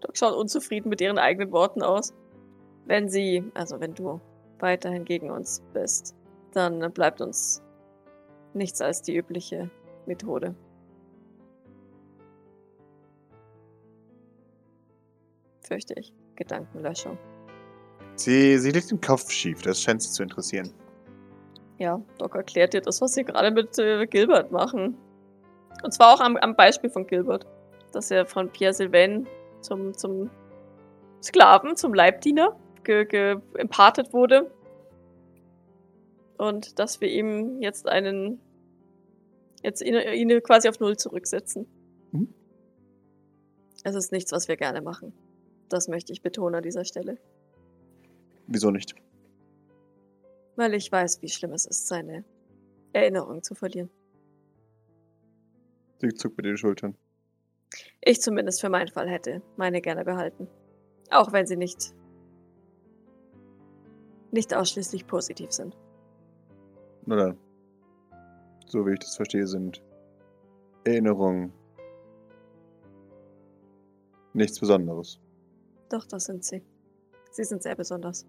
S4: Doc schaut unzufrieden mit ihren eigenen Worten aus. Wenn sie, also wenn du, weiterhin gegen uns bist, dann bleibt uns nichts als die übliche Methode. Fürchte ich. Gedankenlöschung.
S3: Sie, sie legt den Kopf schief, das scheint sie zu interessieren.
S4: Ja, Doc erklärt dir das, was sie gerade mit äh, Gilbert machen. Und zwar auch am, am Beispiel von Gilbert, dass er von Pierre Sylvain zum, zum Sklaven, zum Leibdiener ge, ge, empartet wurde. Und dass wir ihm jetzt einen, jetzt ihn, ihn quasi auf Null zurücksetzen.
S3: Mhm.
S4: Es ist nichts, was wir gerne machen. Das möchte ich betonen an dieser Stelle.
S3: Wieso nicht?
S4: Weil ich weiß, wie schlimm es ist, seine Erinnerung zu verlieren.
S3: Sie zuckt mit den Schultern.
S4: Ich zumindest für meinen Fall hätte meine gerne behalten. Auch wenn sie nicht nicht ausschließlich positiv sind.
S3: Na dann. So wie ich das verstehe, sind Erinnerungen nichts Besonderes.
S4: Doch, das sind sie. Sie sind sehr besonders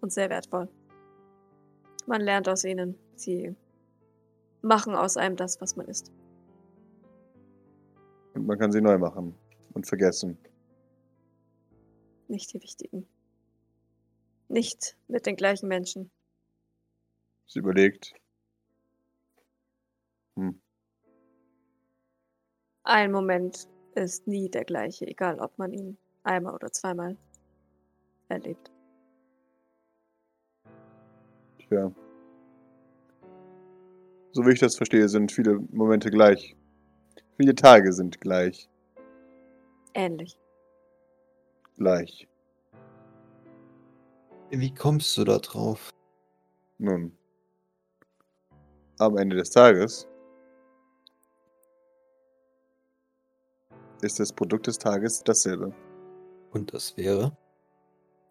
S4: und sehr wertvoll. Man lernt aus ihnen. Sie machen aus einem das, was man ist.
S3: Und man kann sie neu machen und vergessen.
S4: Nicht die wichtigen. Nicht mit den gleichen Menschen.
S3: Sie überlegt.
S4: Ein Moment ist nie der gleiche, egal ob man ihn einmal oder zweimal erlebt.
S3: Tja. So wie ich das verstehe, sind viele Momente gleich. Viele Tage sind gleich.
S4: Ähnlich.
S3: Gleich.
S5: Wie kommst du da drauf?
S3: Nun. Am Ende des Tages ist das Produkt des Tages dasselbe.
S2: Und das wäre?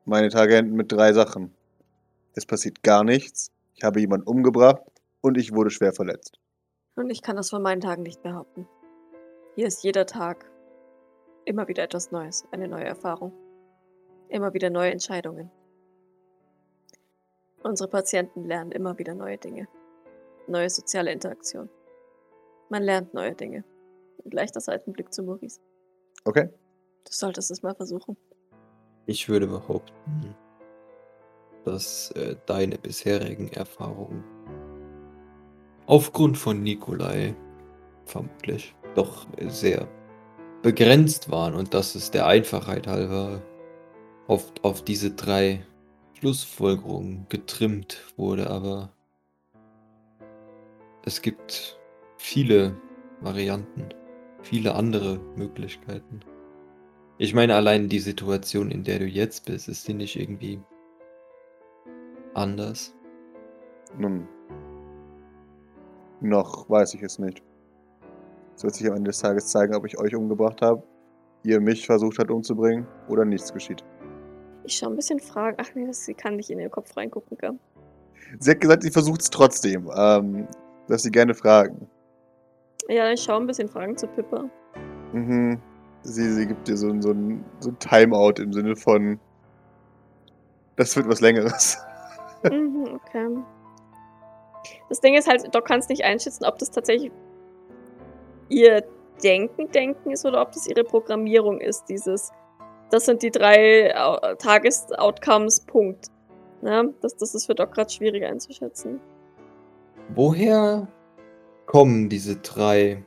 S3: Meine Tage enden mit drei Sachen. Es passiert gar nichts, ich habe jemanden umgebracht und ich wurde schwer verletzt.
S4: Und ich kann das von meinen Tagen nicht behaupten. Hier ist jeder Tag immer wieder etwas Neues, eine neue Erfahrung. Immer wieder neue Entscheidungen. Unsere Patienten lernen immer wieder neue Dinge. Neue soziale Interaktion. Man lernt neue Dinge. Und Gleich das alten Blick zu Maurice.
S3: Okay?
S4: Du solltest es mal versuchen.
S2: Ich würde behaupten, dass äh, deine bisherigen Erfahrungen aufgrund von Nikolai vermutlich doch sehr begrenzt waren und dass es der Einfachheit halber oft auf diese drei Schlussfolgerungen getrimmt wurde, aber es gibt viele Varianten, viele andere Möglichkeiten. Ich meine, allein die Situation, in der du jetzt bist, ist die nicht irgendwie anders?
S3: Nun, noch weiß ich es nicht. Es wird sich am Ende des Tages zeigen, ob ich euch umgebracht habe, ihr mich versucht habt umzubringen oder nichts geschieht.
S4: Ich schaue ein bisschen Fragen. Ach nee, das, sie kann nicht in den Kopf reingucken, gell?
S3: Sie hat gesagt, sie versucht es trotzdem. Ähm, dass sie gerne fragen.
S4: Ja, ich schaue ein bisschen Fragen zu Pippa.
S3: Mhm. Sie, sie gibt dir so, ein- so, ein, so ein Timeout im Sinne von, das wird was Längeres.
S4: Mhm, okay. Das Ding ist halt, Doc kann es nicht einschätzen, ob das tatsächlich ihr Denken, Denken ist oder ob das ihre Programmierung ist, dieses. Das sind die drei äh, Tagesoutcomes, Punkt. Ne? Das, das ist für Doc gerade schwieriger einzuschätzen.
S2: Woher kommen diese drei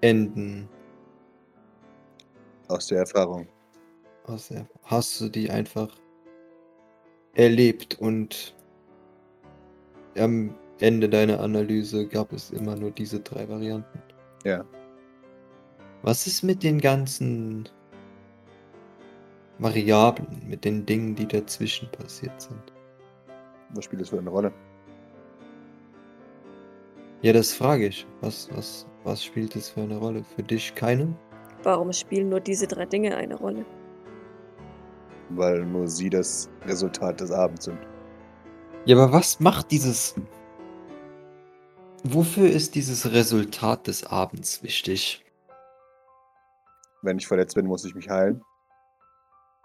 S2: Enden?
S3: Aus der Erfahrung.
S2: aus der- Oh, Hast du die einfach erlebt und am Ende deiner Analyse gab es immer nur diese drei Varianten?
S3: Ja.
S2: Was ist mit den ganzen Variablen, mit den Dingen, die dazwischen passiert sind?
S3: Was spielt das für eine Rolle?
S2: Ja, das frage ich. Was, was, was spielt das für eine Rolle? Für dich keine?
S1: Warum spielen nur diese drei Dinge eine Rolle?
S3: Weil nur sie das Resultat des Abends sind.
S2: Ja, aber was macht dieses. Wofür ist dieses Resultat des Abends wichtig?
S3: Wenn ich verletzt bin, muss ich mich heilen.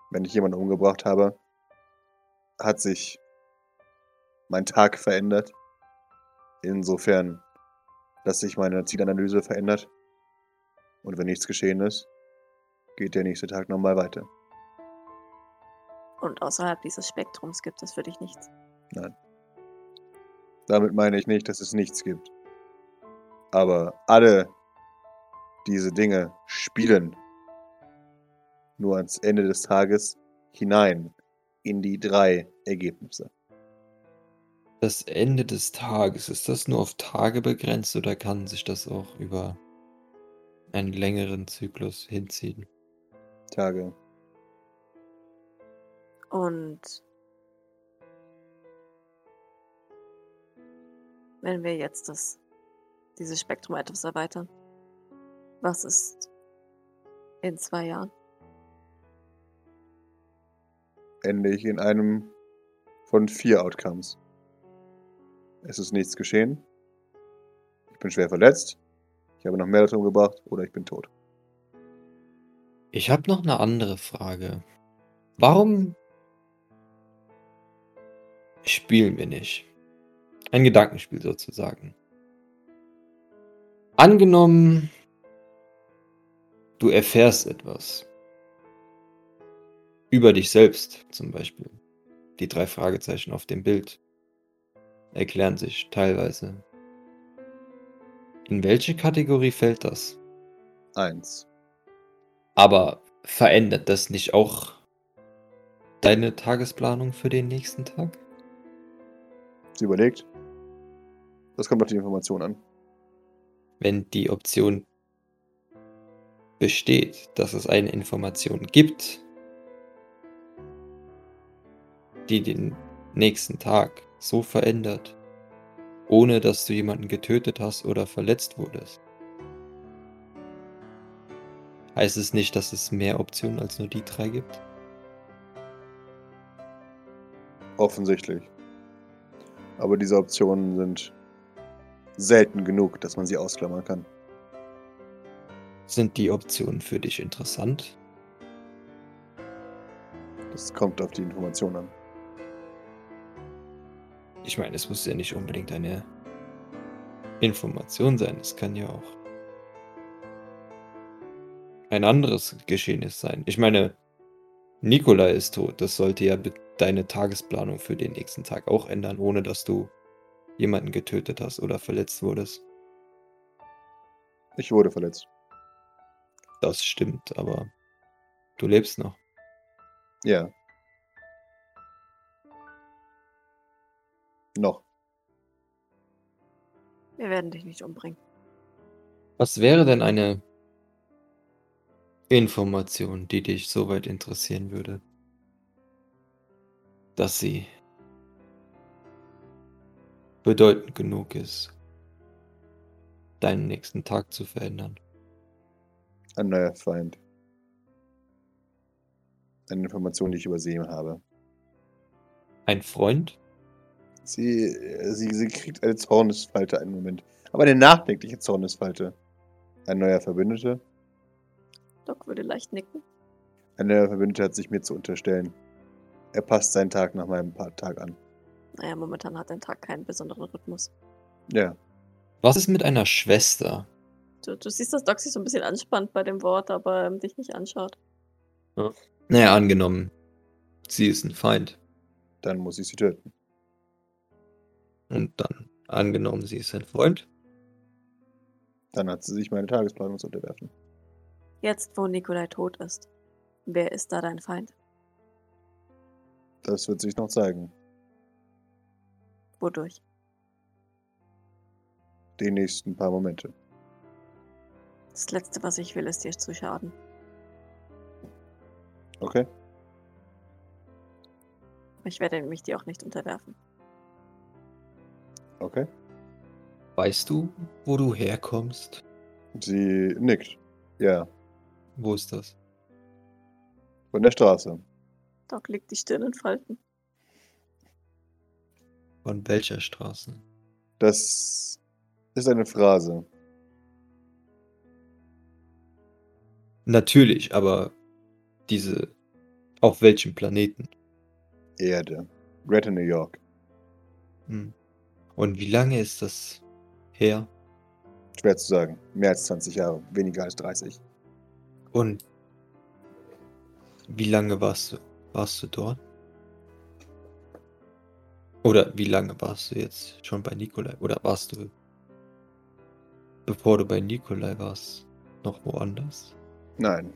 S3: Wenn ich jemanden umgebracht habe, hat sich mein Tag verändert. Insofern, dass sich meine Zielanalyse verändert. Und wenn nichts geschehen ist, geht der nächste Tag nochmal weiter.
S1: Und außerhalb dieses Spektrums gibt es für dich nichts.
S3: Damit meine ich nicht, dass es nichts gibt. Aber alle diese Dinge spielen nur ans Ende des Tages hinein in die drei Ergebnisse.
S2: Das Ende des Tages, ist das nur auf Tage begrenzt oder kann sich das auch über einen längeren Zyklus hinziehen?
S3: Tage.
S1: Und wenn wir jetzt das, dieses Spektrum etwas erweitern, was ist in zwei Jahren?
S3: Ende ich in einem von vier Outcomes. Es ist nichts geschehen. Ich bin schwer verletzt. Ich habe noch mehr dazu umgebracht oder ich bin tot.
S2: Ich habe noch eine andere Frage. Warum spielen wir nicht? Ein Gedankenspiel sozusagen. Angenommen, du erfährst etwas. Über dich selbst zum Beispiel. Die drei Fragezeichen auf dem Bild erklären sich teilweise. In welche Kategorie fällt das?
S3: Eins.
S2: Aber verändert das nicht auch deine Tagesplanung für den nächsten Tag?
S3: Sie überlegt. Das kommt auf die Information an.
S2: Wenn die Option besteht, dass es eine Information gibt, die den nächsten Tag so verändert, ohne dass du jemanden getötet hast oder verletzt wurdest. Heißt es nicht, dass es mehr Optionen als nur die drei gibt?
S3: Offensichtlich. Aber diese Optionen sind selten genug, dass man sie ausklammern kann.
S2: Sind die Optionen für dich interessant?
S3: Das kommt auf die Information an.
S2: Ich meine, es muss ja nicht unbedingt eine Information sein. Es kann ja auch ein anderes Geschehnis sein. Ich meine, Nikola ist tot. Das sollte ja be- deine Tagesplanung für den nächsten Tag auch ändern, ohne dass du jemanden getötet hast oder verletzt wurdest.
S3: Ich wurde verletzt.
S2: Das stimmt, aber du lebst noch.
S3: Ja. Noch.
S1: Wir werden dich nicht umbringen.
S2: Was wäre denn eine Information, die dich so weit interessieren würde, dass sie bedeutend genug ist, deinen nächsten Tag zu verändern?
S3: Ein neuer Feind. Eine Information, die ich übersehen habe.
S2: Ein Freund?
S3: Sie, äh, sie, sie kriegt eine Zornesfalte einen Moment. Aber eine nachdenkliche Zornesfalte. Ein neuer Verbündeter.
S4: Doc würde leicht nicken.
S3: Ein neuer Verbündeter hat sich mir zu unterstellen. Er passt seinen Tag nach meinem Pa- Tag an.
S1: Naja, momentan hat dein Tag keinen besonderen Rhythmus.
S3: Ja.
S2: Was ist mit einer Schwester?
S4: Du, du siehst, dass Doc sich so ein bisschen anspannt bei dem Wort, aber ähm, dich nicht anschaut.
S2: Naja, angenommen, sie ist ein Feind.
S3: Dann muss ich sie töten.
S2: Und dann, angenommen, sie ist ein Freund.
S3: Dann hat sie sich meine Tagesplanung zu unterwerfen.
S1: Jetzt, wo Nikolai tot ist, wer ist da dein Feind?
S3: Das wird sich noch zeigen.
S1: Wodurch?
S3: Die nächsten paar Momente.
S1: Das Letzte, was ich will, ist dir zu schaden.
S3: Okay?
S1: Ich werde mich dir auch nicht unterwerfen.
S3: Okay?
S2: Weißt du, wo du herkommst?
S3: Sie nickt. Ja.
S2: Wo ist das?
S3: Von der Straße.
S4: Doc legt die Stirn in Falten.
S2: Von welcher Straße?
S3: Das ist eine Phrase.
S2: Natürlich, aber diese. Auf welchem Planeten?
S3: Erde. Greater New York.
S2: Hm. Und wie lange ist das her?
S3: Schwer zu sagen. Mehr als 20 Jahre. Weniger als 30.
S2: Und wie lange warst du? Warst du dort? Oder wie lange warst du jetzt schon bei Nikolai? Oder warst du, bevor du bei Nikolai warst, noch woanders?
S3: Nein.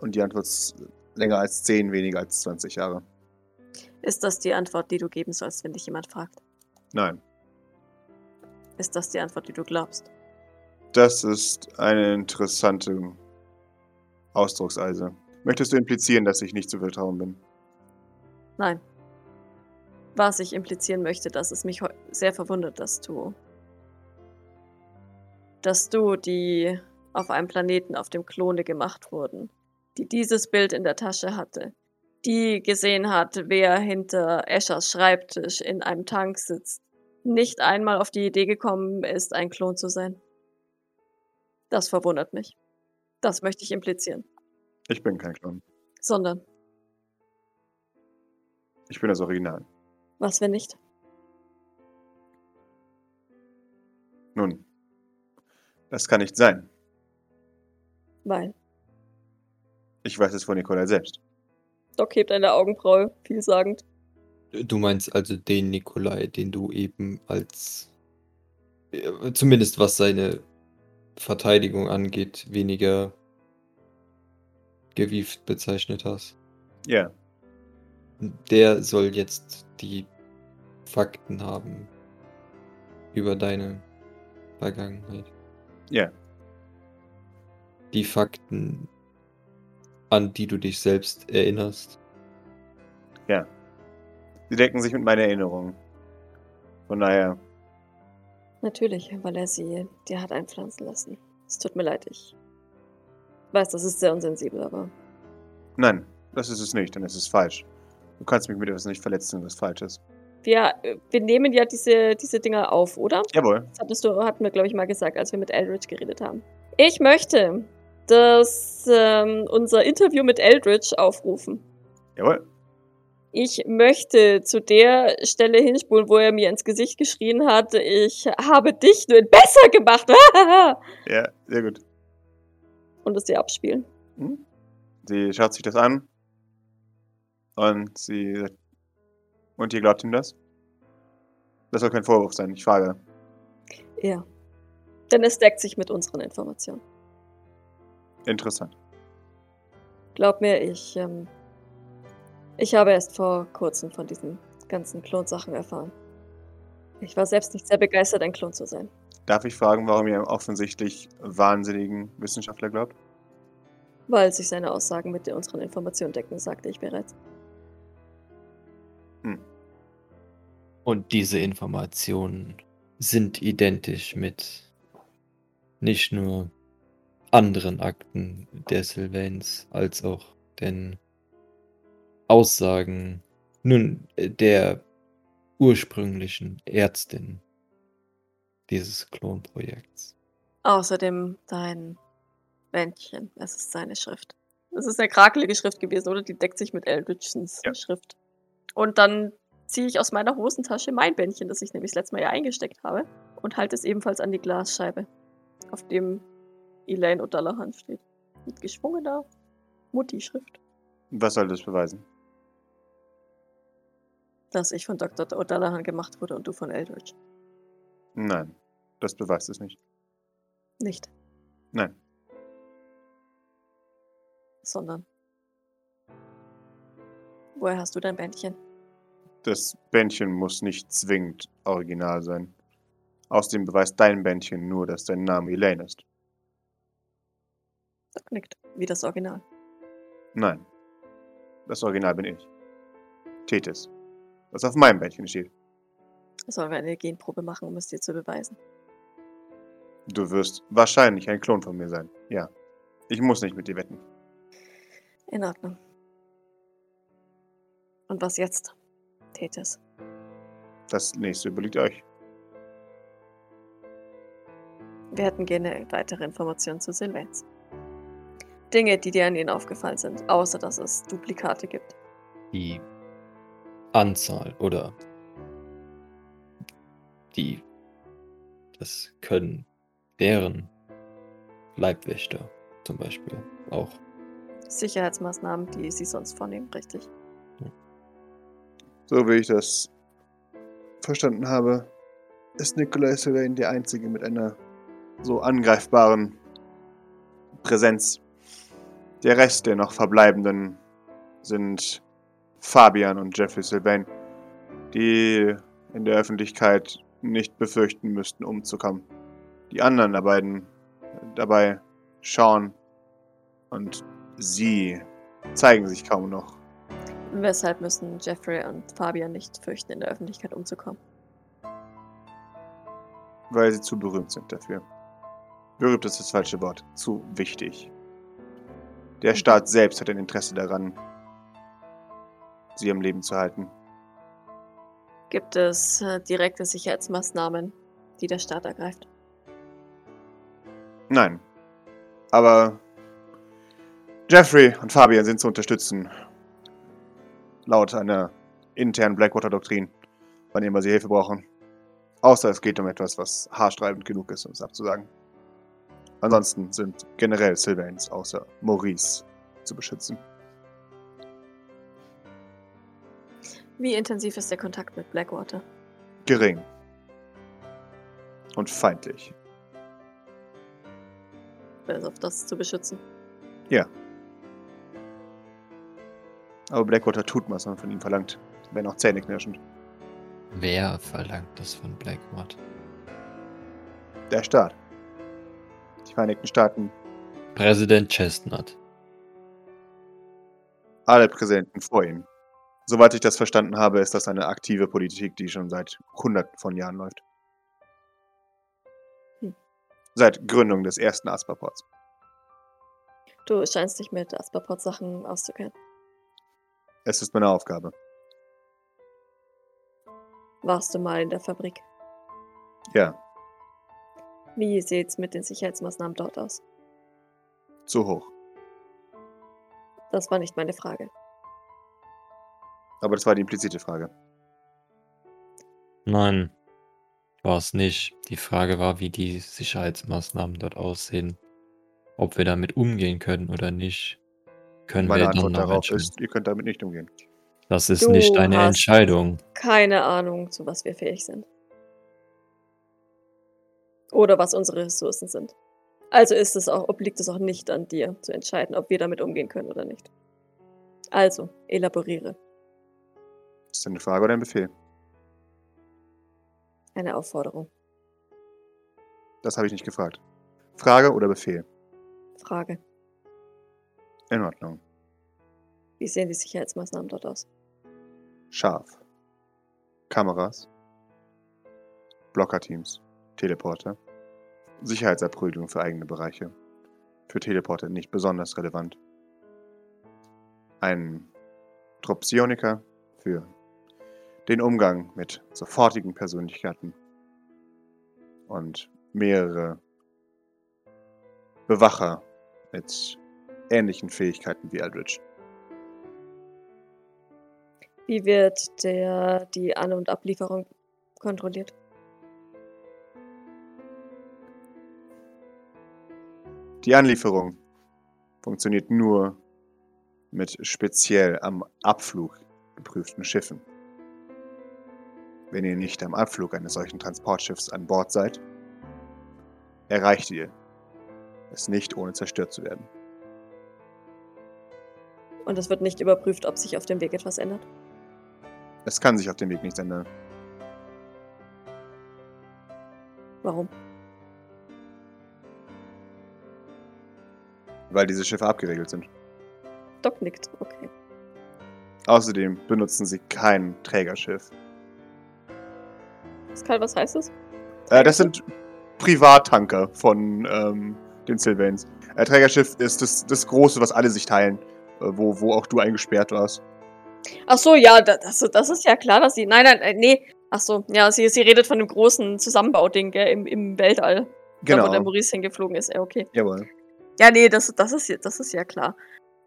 S3: Und die Antwort ist länger als 10, weniger als 20 Jahre.
S1: Ist das die Antwort, die du geben sollst, wenn dich jemand fragt?
S3: Nein.
S1: Ist das die Antwort, die du glaubst?
S3: Das ist eine interessante Ausdruckseise. Möchtest du implizieren, dass ich nicht zu vertrauen bin?
S1: Nein. Was ich implizieren möchte, dass es mich heu- sehr verwundert, dass du. dass du, die auf einem Planeten, auf dem Klone gemacht wurden, die dieses Bild in der Tasche hatte, die gesehen hat, wer hinter Eschers Schreibtisch in einem Tank sitzt, nicht einmal auf die Idee gekommen ist, ein Klon zu sein. Das verwundert mich. Das möchte ich implizieren.
S3: Ich bin kein Clown.
S1: Sondern,
S3: Ich bin das Original.
S1: was wenn nicht?
S3: Nun, das kann nicht sein.
S1: Weil.
S3: Ich weiß es von Nikolai selbst.
S4: Doc hebt eine Augenbraue, vielsagend.
S2: Du meinst also den Nikolai, den du eben als. äh, Zumindest was seine Verteidigung angeht, weniger gewieft bezeichnet hast.
S3: Ja,
S2: Der soll jetzt die Fakten haben über deine Vergangenheit.
S3: Ja.
S2: Die Fakten, an die du dich selbst erinnerst.
S3: sie decken sich mit meiner Erinnerung. Von daher,
S1: Natürlich, weil er sie dir hat einpflanzen lassen. Es tut mir leid, ich weiß, das ist sehr unsensibel, aber
S3: nein, das ist es nicht, denn es ist falsch. Du kannst mich mit etwas nicht verletzen, was falsch ist.
S4: Wir, äh, wir nehmen ja diese, diese Dinger auf, oder?
S3: Jawohl,
S4: Das hattest du, hatten wir, glaube ich, mal gesagt, als wir mit Eldritch geredet haben. Ich möchte das, ähm, unser Interview mit Eldritch aufrufen.
S3: jawohl.
S4: Ich möchte zu der Stelle hinspulen, wo er mir ins Gesicht geschrien hat, ich habe dich nur besser gemacht.
S3: Ja, sehr gut.
S4: Und es dir abspielen.
S3: Hm? Sie schaut sich das an. Und sie sagt, und ihr glaubt ihm das? Das soll kein Vorwurf sein, ich frage.
S1: ja.
S4: Denn es deckt sich mit unseren Informationen.
S3: Interessant.
S4: Glaub mir, ich, ähm, ich habe erst vor kurzem von diesen ganzen Klonsachen erfahren. Ich war selbst nicht sehr begeistert, ein Klon zu sein.
S3: Darf ich fragen, warum ihr einem offensichtlich wahnsinnigen Wissenschaftler glaubt?
S4: Weil sich seine Aussagen mit unseren Informationen decken, sagte ich bereits.
S2: Und diese Informationen sind identisch mit nicht nur anderen Akten der Sylvains, als auch den Aussagen nun äh, der ursprünglichen Ärztin dieses Klonprojekts.
S4: Außerdem dein Wändchen. Es ist seine Schrift. Es ist eine krakelige Schrift gewesen, oder? Die deckt sich mit Eldritchens
S3: Ja.
S4: Schrift. Und dann ziehe ich aus meiner Hosentasche mein Bändchen, das ich nämlich das letzte Mal ja eingesteckt habe, und halte es ebenfalls an die Glasscheibe, auf dem Elaine O'Dallahan steht. Mit geschwungener Mutti-Schrift,
S3: Was soll das beweisen?
S4: dass ich von Dr. O'Dallahan gemacht wurde und du von Eldritch.
S3: Nein, das beweist es nicht.
S4: Nicht,
S3: Nein.
S4: sondern. Woher hast du dein Bändchen?
S3: Das Bändchen muss nicht zwingend original sein. Außerdem beweist dein Bändchen nur, dass dein Name Elaine ist.
S4: Da knickt, wie das Original.
S3: Nein. Das Original bin ich. Tethys. Was auf meinem Bändchen steht.
S4: Sollen wir eine Genprobe machen, um es dir zu beweisen?
S3: Du wirst wahrscheinlich ein Klon von mir sein. Ja. Ich muss nicht mit dir wetten.
S4: In Ordnung. Und was jetzt, Tethys?
S3: Das nächste überlegt euch.
S4: Wir hätten gerne weitere Informationen zu Silvans. Dinge, die dir an ihnen aufgefallen sind, außer dass es Duplikate gibt.
S2: Die Anzahl oder die das können deren Leibwächter zum Beispiel auch.
S4: Sicherheitsmaßnahmen, die sie sonst vornehmen, richtig?
S3: So wie ich das verstanden habe, ist Nikolai Sylvain der Einzige mit einer so angreifbaren Präsenz. Der Rest der noch verbleibenden sind Fabian und Jeffrey Sylvain, die in der Öffentlichkeit nicht befürchten müssten, umzukommen. Die anderen beiden dabei, Sean und sie, zeigen sich kaum noch.
S4: Weshalb müssen Jeffrey und Fabian nicht fürchten, in der Öffentlichkeit umzukommen?
S3: weil sie zu berühmt sind dafür. Berühmt ist das falsche Wort. Zu wichtig. Der Staat selbst hat ein Interesse daran, sie am Leben zu halten.
S4: Gibt es äh, direkte Sicherheitsmaßnahmen, die der Staat ergreift?
S3: Nein. Aber Jeffrey und Fabian sind zu unterstützen. Laut einer internen Blackwater-Doktrin, wann immer sie Hilfe brauchen. Außer es geht um etwas, was haarsträubend genug ist, um es abzusagen. Ansonsten sind generell Sylvains außer Maurice zu beschützen.
S4: Wie intensiv ist der Kontakt mit Blackwater?
S3: gering und feindlich.
S4: Also auf das zu beschützen?
S3: Aber Blackwater tut, was man von ihm verlangt, wenn auch zähneknirschend.
S2: Wer verlangt das von Blackwater?
S3: Der Staat. Die Vereinigten Staaten,
S2: Präsident Chestnut.
S3: alle Präsidenten vor ihm. Soweit ich das verstanden habe, ist das eine aktive Politik, die schon seit Hunderten von Jahren läuft.
S4: Hm.
S3: Seit Gründung des ersten Asperports.
S4: Du scheinst dich mit Asperport-Sachen auszukennen.
S3: Es ist meine Aufgabe.
S4: Warst du mal in der Fabrik?
S3: Ja,
S4: Wie sieht's mit den Sicherheitsmaßnahmen dort aus?
S3: zu hoch.
S4: Das war nicht meine Frage.
S3: Aber das war die implizite Frage.
S2: Nein, war es nicht. Die Frage war, wie die Sicherheitsmaßnahmen dort aussehen. Ob wir damit umgehen können oder nicht. Können
S3: Meine
S2: wir dann
S3: Antwort
S2: noch
S3: darauf
S2: entscheiden.
S3: ist, ihr könnt damit nicht umgehen.
S2: Das ist
S4: Du
S2: nicht eine
S4: hast-
S2: Entscheidung.
S4: Keine Ahnung, zu was wir fähig sind. Oder was unsere Ressourcen sind. Also ist es auch, obliegt es auch nicht an dir zu entscheiden, ob wir damit umgehen können oder nicht. Also, elaboriere.
S3: Ist das eine Frage oder ein Befehl?
S4: Eine Aufforderung.
S3: Das habe ich nicht gefragt. Frage oder Befehl?
S4: Frage.
S3: In Ordnung.
S4: Wie sehen die Sicherheitsmaßnahmen dort aus?
S3: Scharf. Kameras. Blockerteams. Teleporter. Sicherheitsabprügelung für eigene Bereiche. Für Teleporter nicht besonders relevant. Ein Trupp Psioniker für den Umgang mit sofortigen Persönlichkeiten. Und mehrere Bewacher mit ähnlichen Fähigkeiten wie Aldrich.
S4: Wie wird der, die An- und Ablieferung kontrolliert?
S3: Die Anlieferung funktioniert nur mit speziell am Abflug geprüften Schiffen. Wenn ihr nicht am Abflug eines solchen Transportschiffs an Bord seid, erreicht ihr es nicht, ohne zerstört zu werden.
S4: Und es wird nicht überprüft, ob sich auf dem Weg etwas ändert.
S3: Es kann sich auf dem Weg nichts ändern.
S4: Warum?
S3: weil diese Schiffe abgeregelt sind.
S4: Doc nickt, okay.
S3: Außerdem benutzen sie kein Trägerschiff.
S4: Pascal, was heißt das?
S3: Äh, das sind Privattanker von ähm, den Sylvains. Äh, Trägerschiff ist das, das Große, was alle sich teilen, äh, wo, wo auch du eingesperrt warst.
S4: Ach so, ja, da- das, das ist ja klar, dass sie. Nein, nein, äh, nee. Ach so, ja, sie, sie redet von dem großen Zusammenbauding, gell, im, im Weltall. Da,
S3: Genau.
S4: Wo der Maurice hingeflogen ist, ja, okay.
S3: Jawohl.
S4: Ja, nee, das, das, ist, ja- das ist ja klar.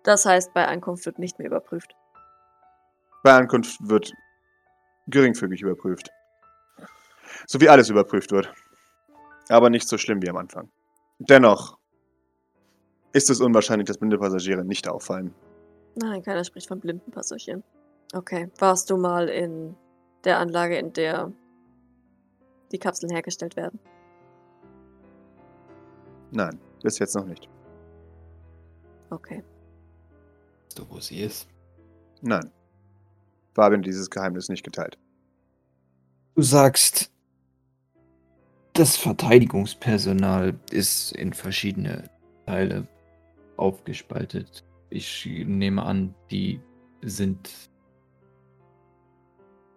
S4: Das heißt, bei Ankunft wird nicht mehr überprüft.
S3: Bei Ankunft wird geringfügig überprüft. So wie alles überprüft wird. Aber nicht so schlimm wie am Anfang. Dennoch ist es unwahrscheinlich, dass blinde Passagiere nicht auffallen.
S4: Nein, keiner spricht von blinden Passagieren. Okay, warst du mal in der Anlage, in der die Kapseln hergestellt werden?
S3: Nein, bis jetzt noch nicht.
S4: Okay.
S2: Weißt du, wo sie ist?
S3: Nein. Fabian hat dieses Geheimnis nicht geteilt.
S6: Du sagst, das Verteidigungspersonal ist in verschiedene Teile aufgespaltet.
S2: Ich nehme an, die sind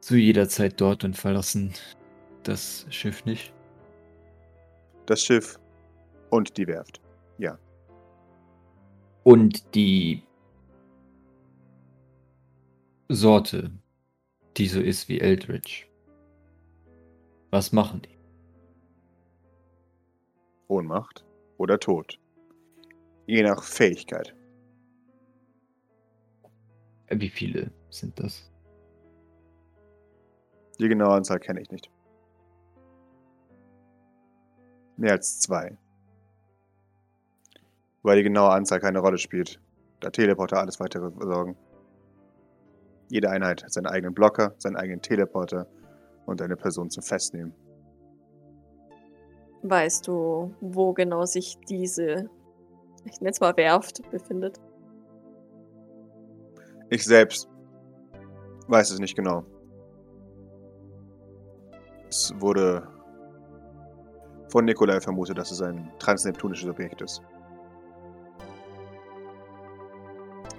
S2: zu jeder Zeit dort und verlassen das Schiff nicht.
S3: das Schiff und die Werft.
S2: Und die Sorte, die so ist wie Eldritch. Was machen die?
S3: Ohnmacht oder Tod. Je nach Fähigkeit.
S2: Äh, Wie viele sind das?
S3: Die genaue Anzahl kenne ich nicht. Mehr als zwei. Weil die genaue Anzahl keine Rolle spielt, da Teleporter alles weitere versorgen. Jede Einheit hat seinen eigenen Blocker, seinen eigenen Teleporter und eine Person zum Festnehmen.
S4: Weißt du, wo genau sich diese, ich nenne es mal Werft, befindet?
S3: Ich selbst weiß es nicht genau. Es wurde von Nikolai vermutet, dass es ein transneptunisches Objekt ist.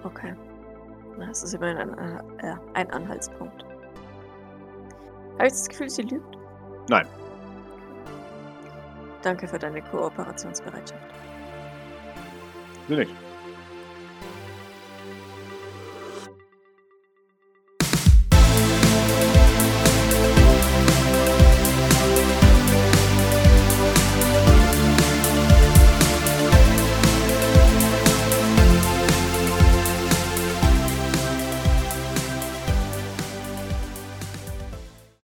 S4: Okay. Na, Das ist immerhin ein, An- äh, ein Anhaltspunkt. Habe ich das Gefühl, sie lügt?
S3: Nein.
S4: Danke für deine Kooperationsbereitschaft.
S3: Sie nicht.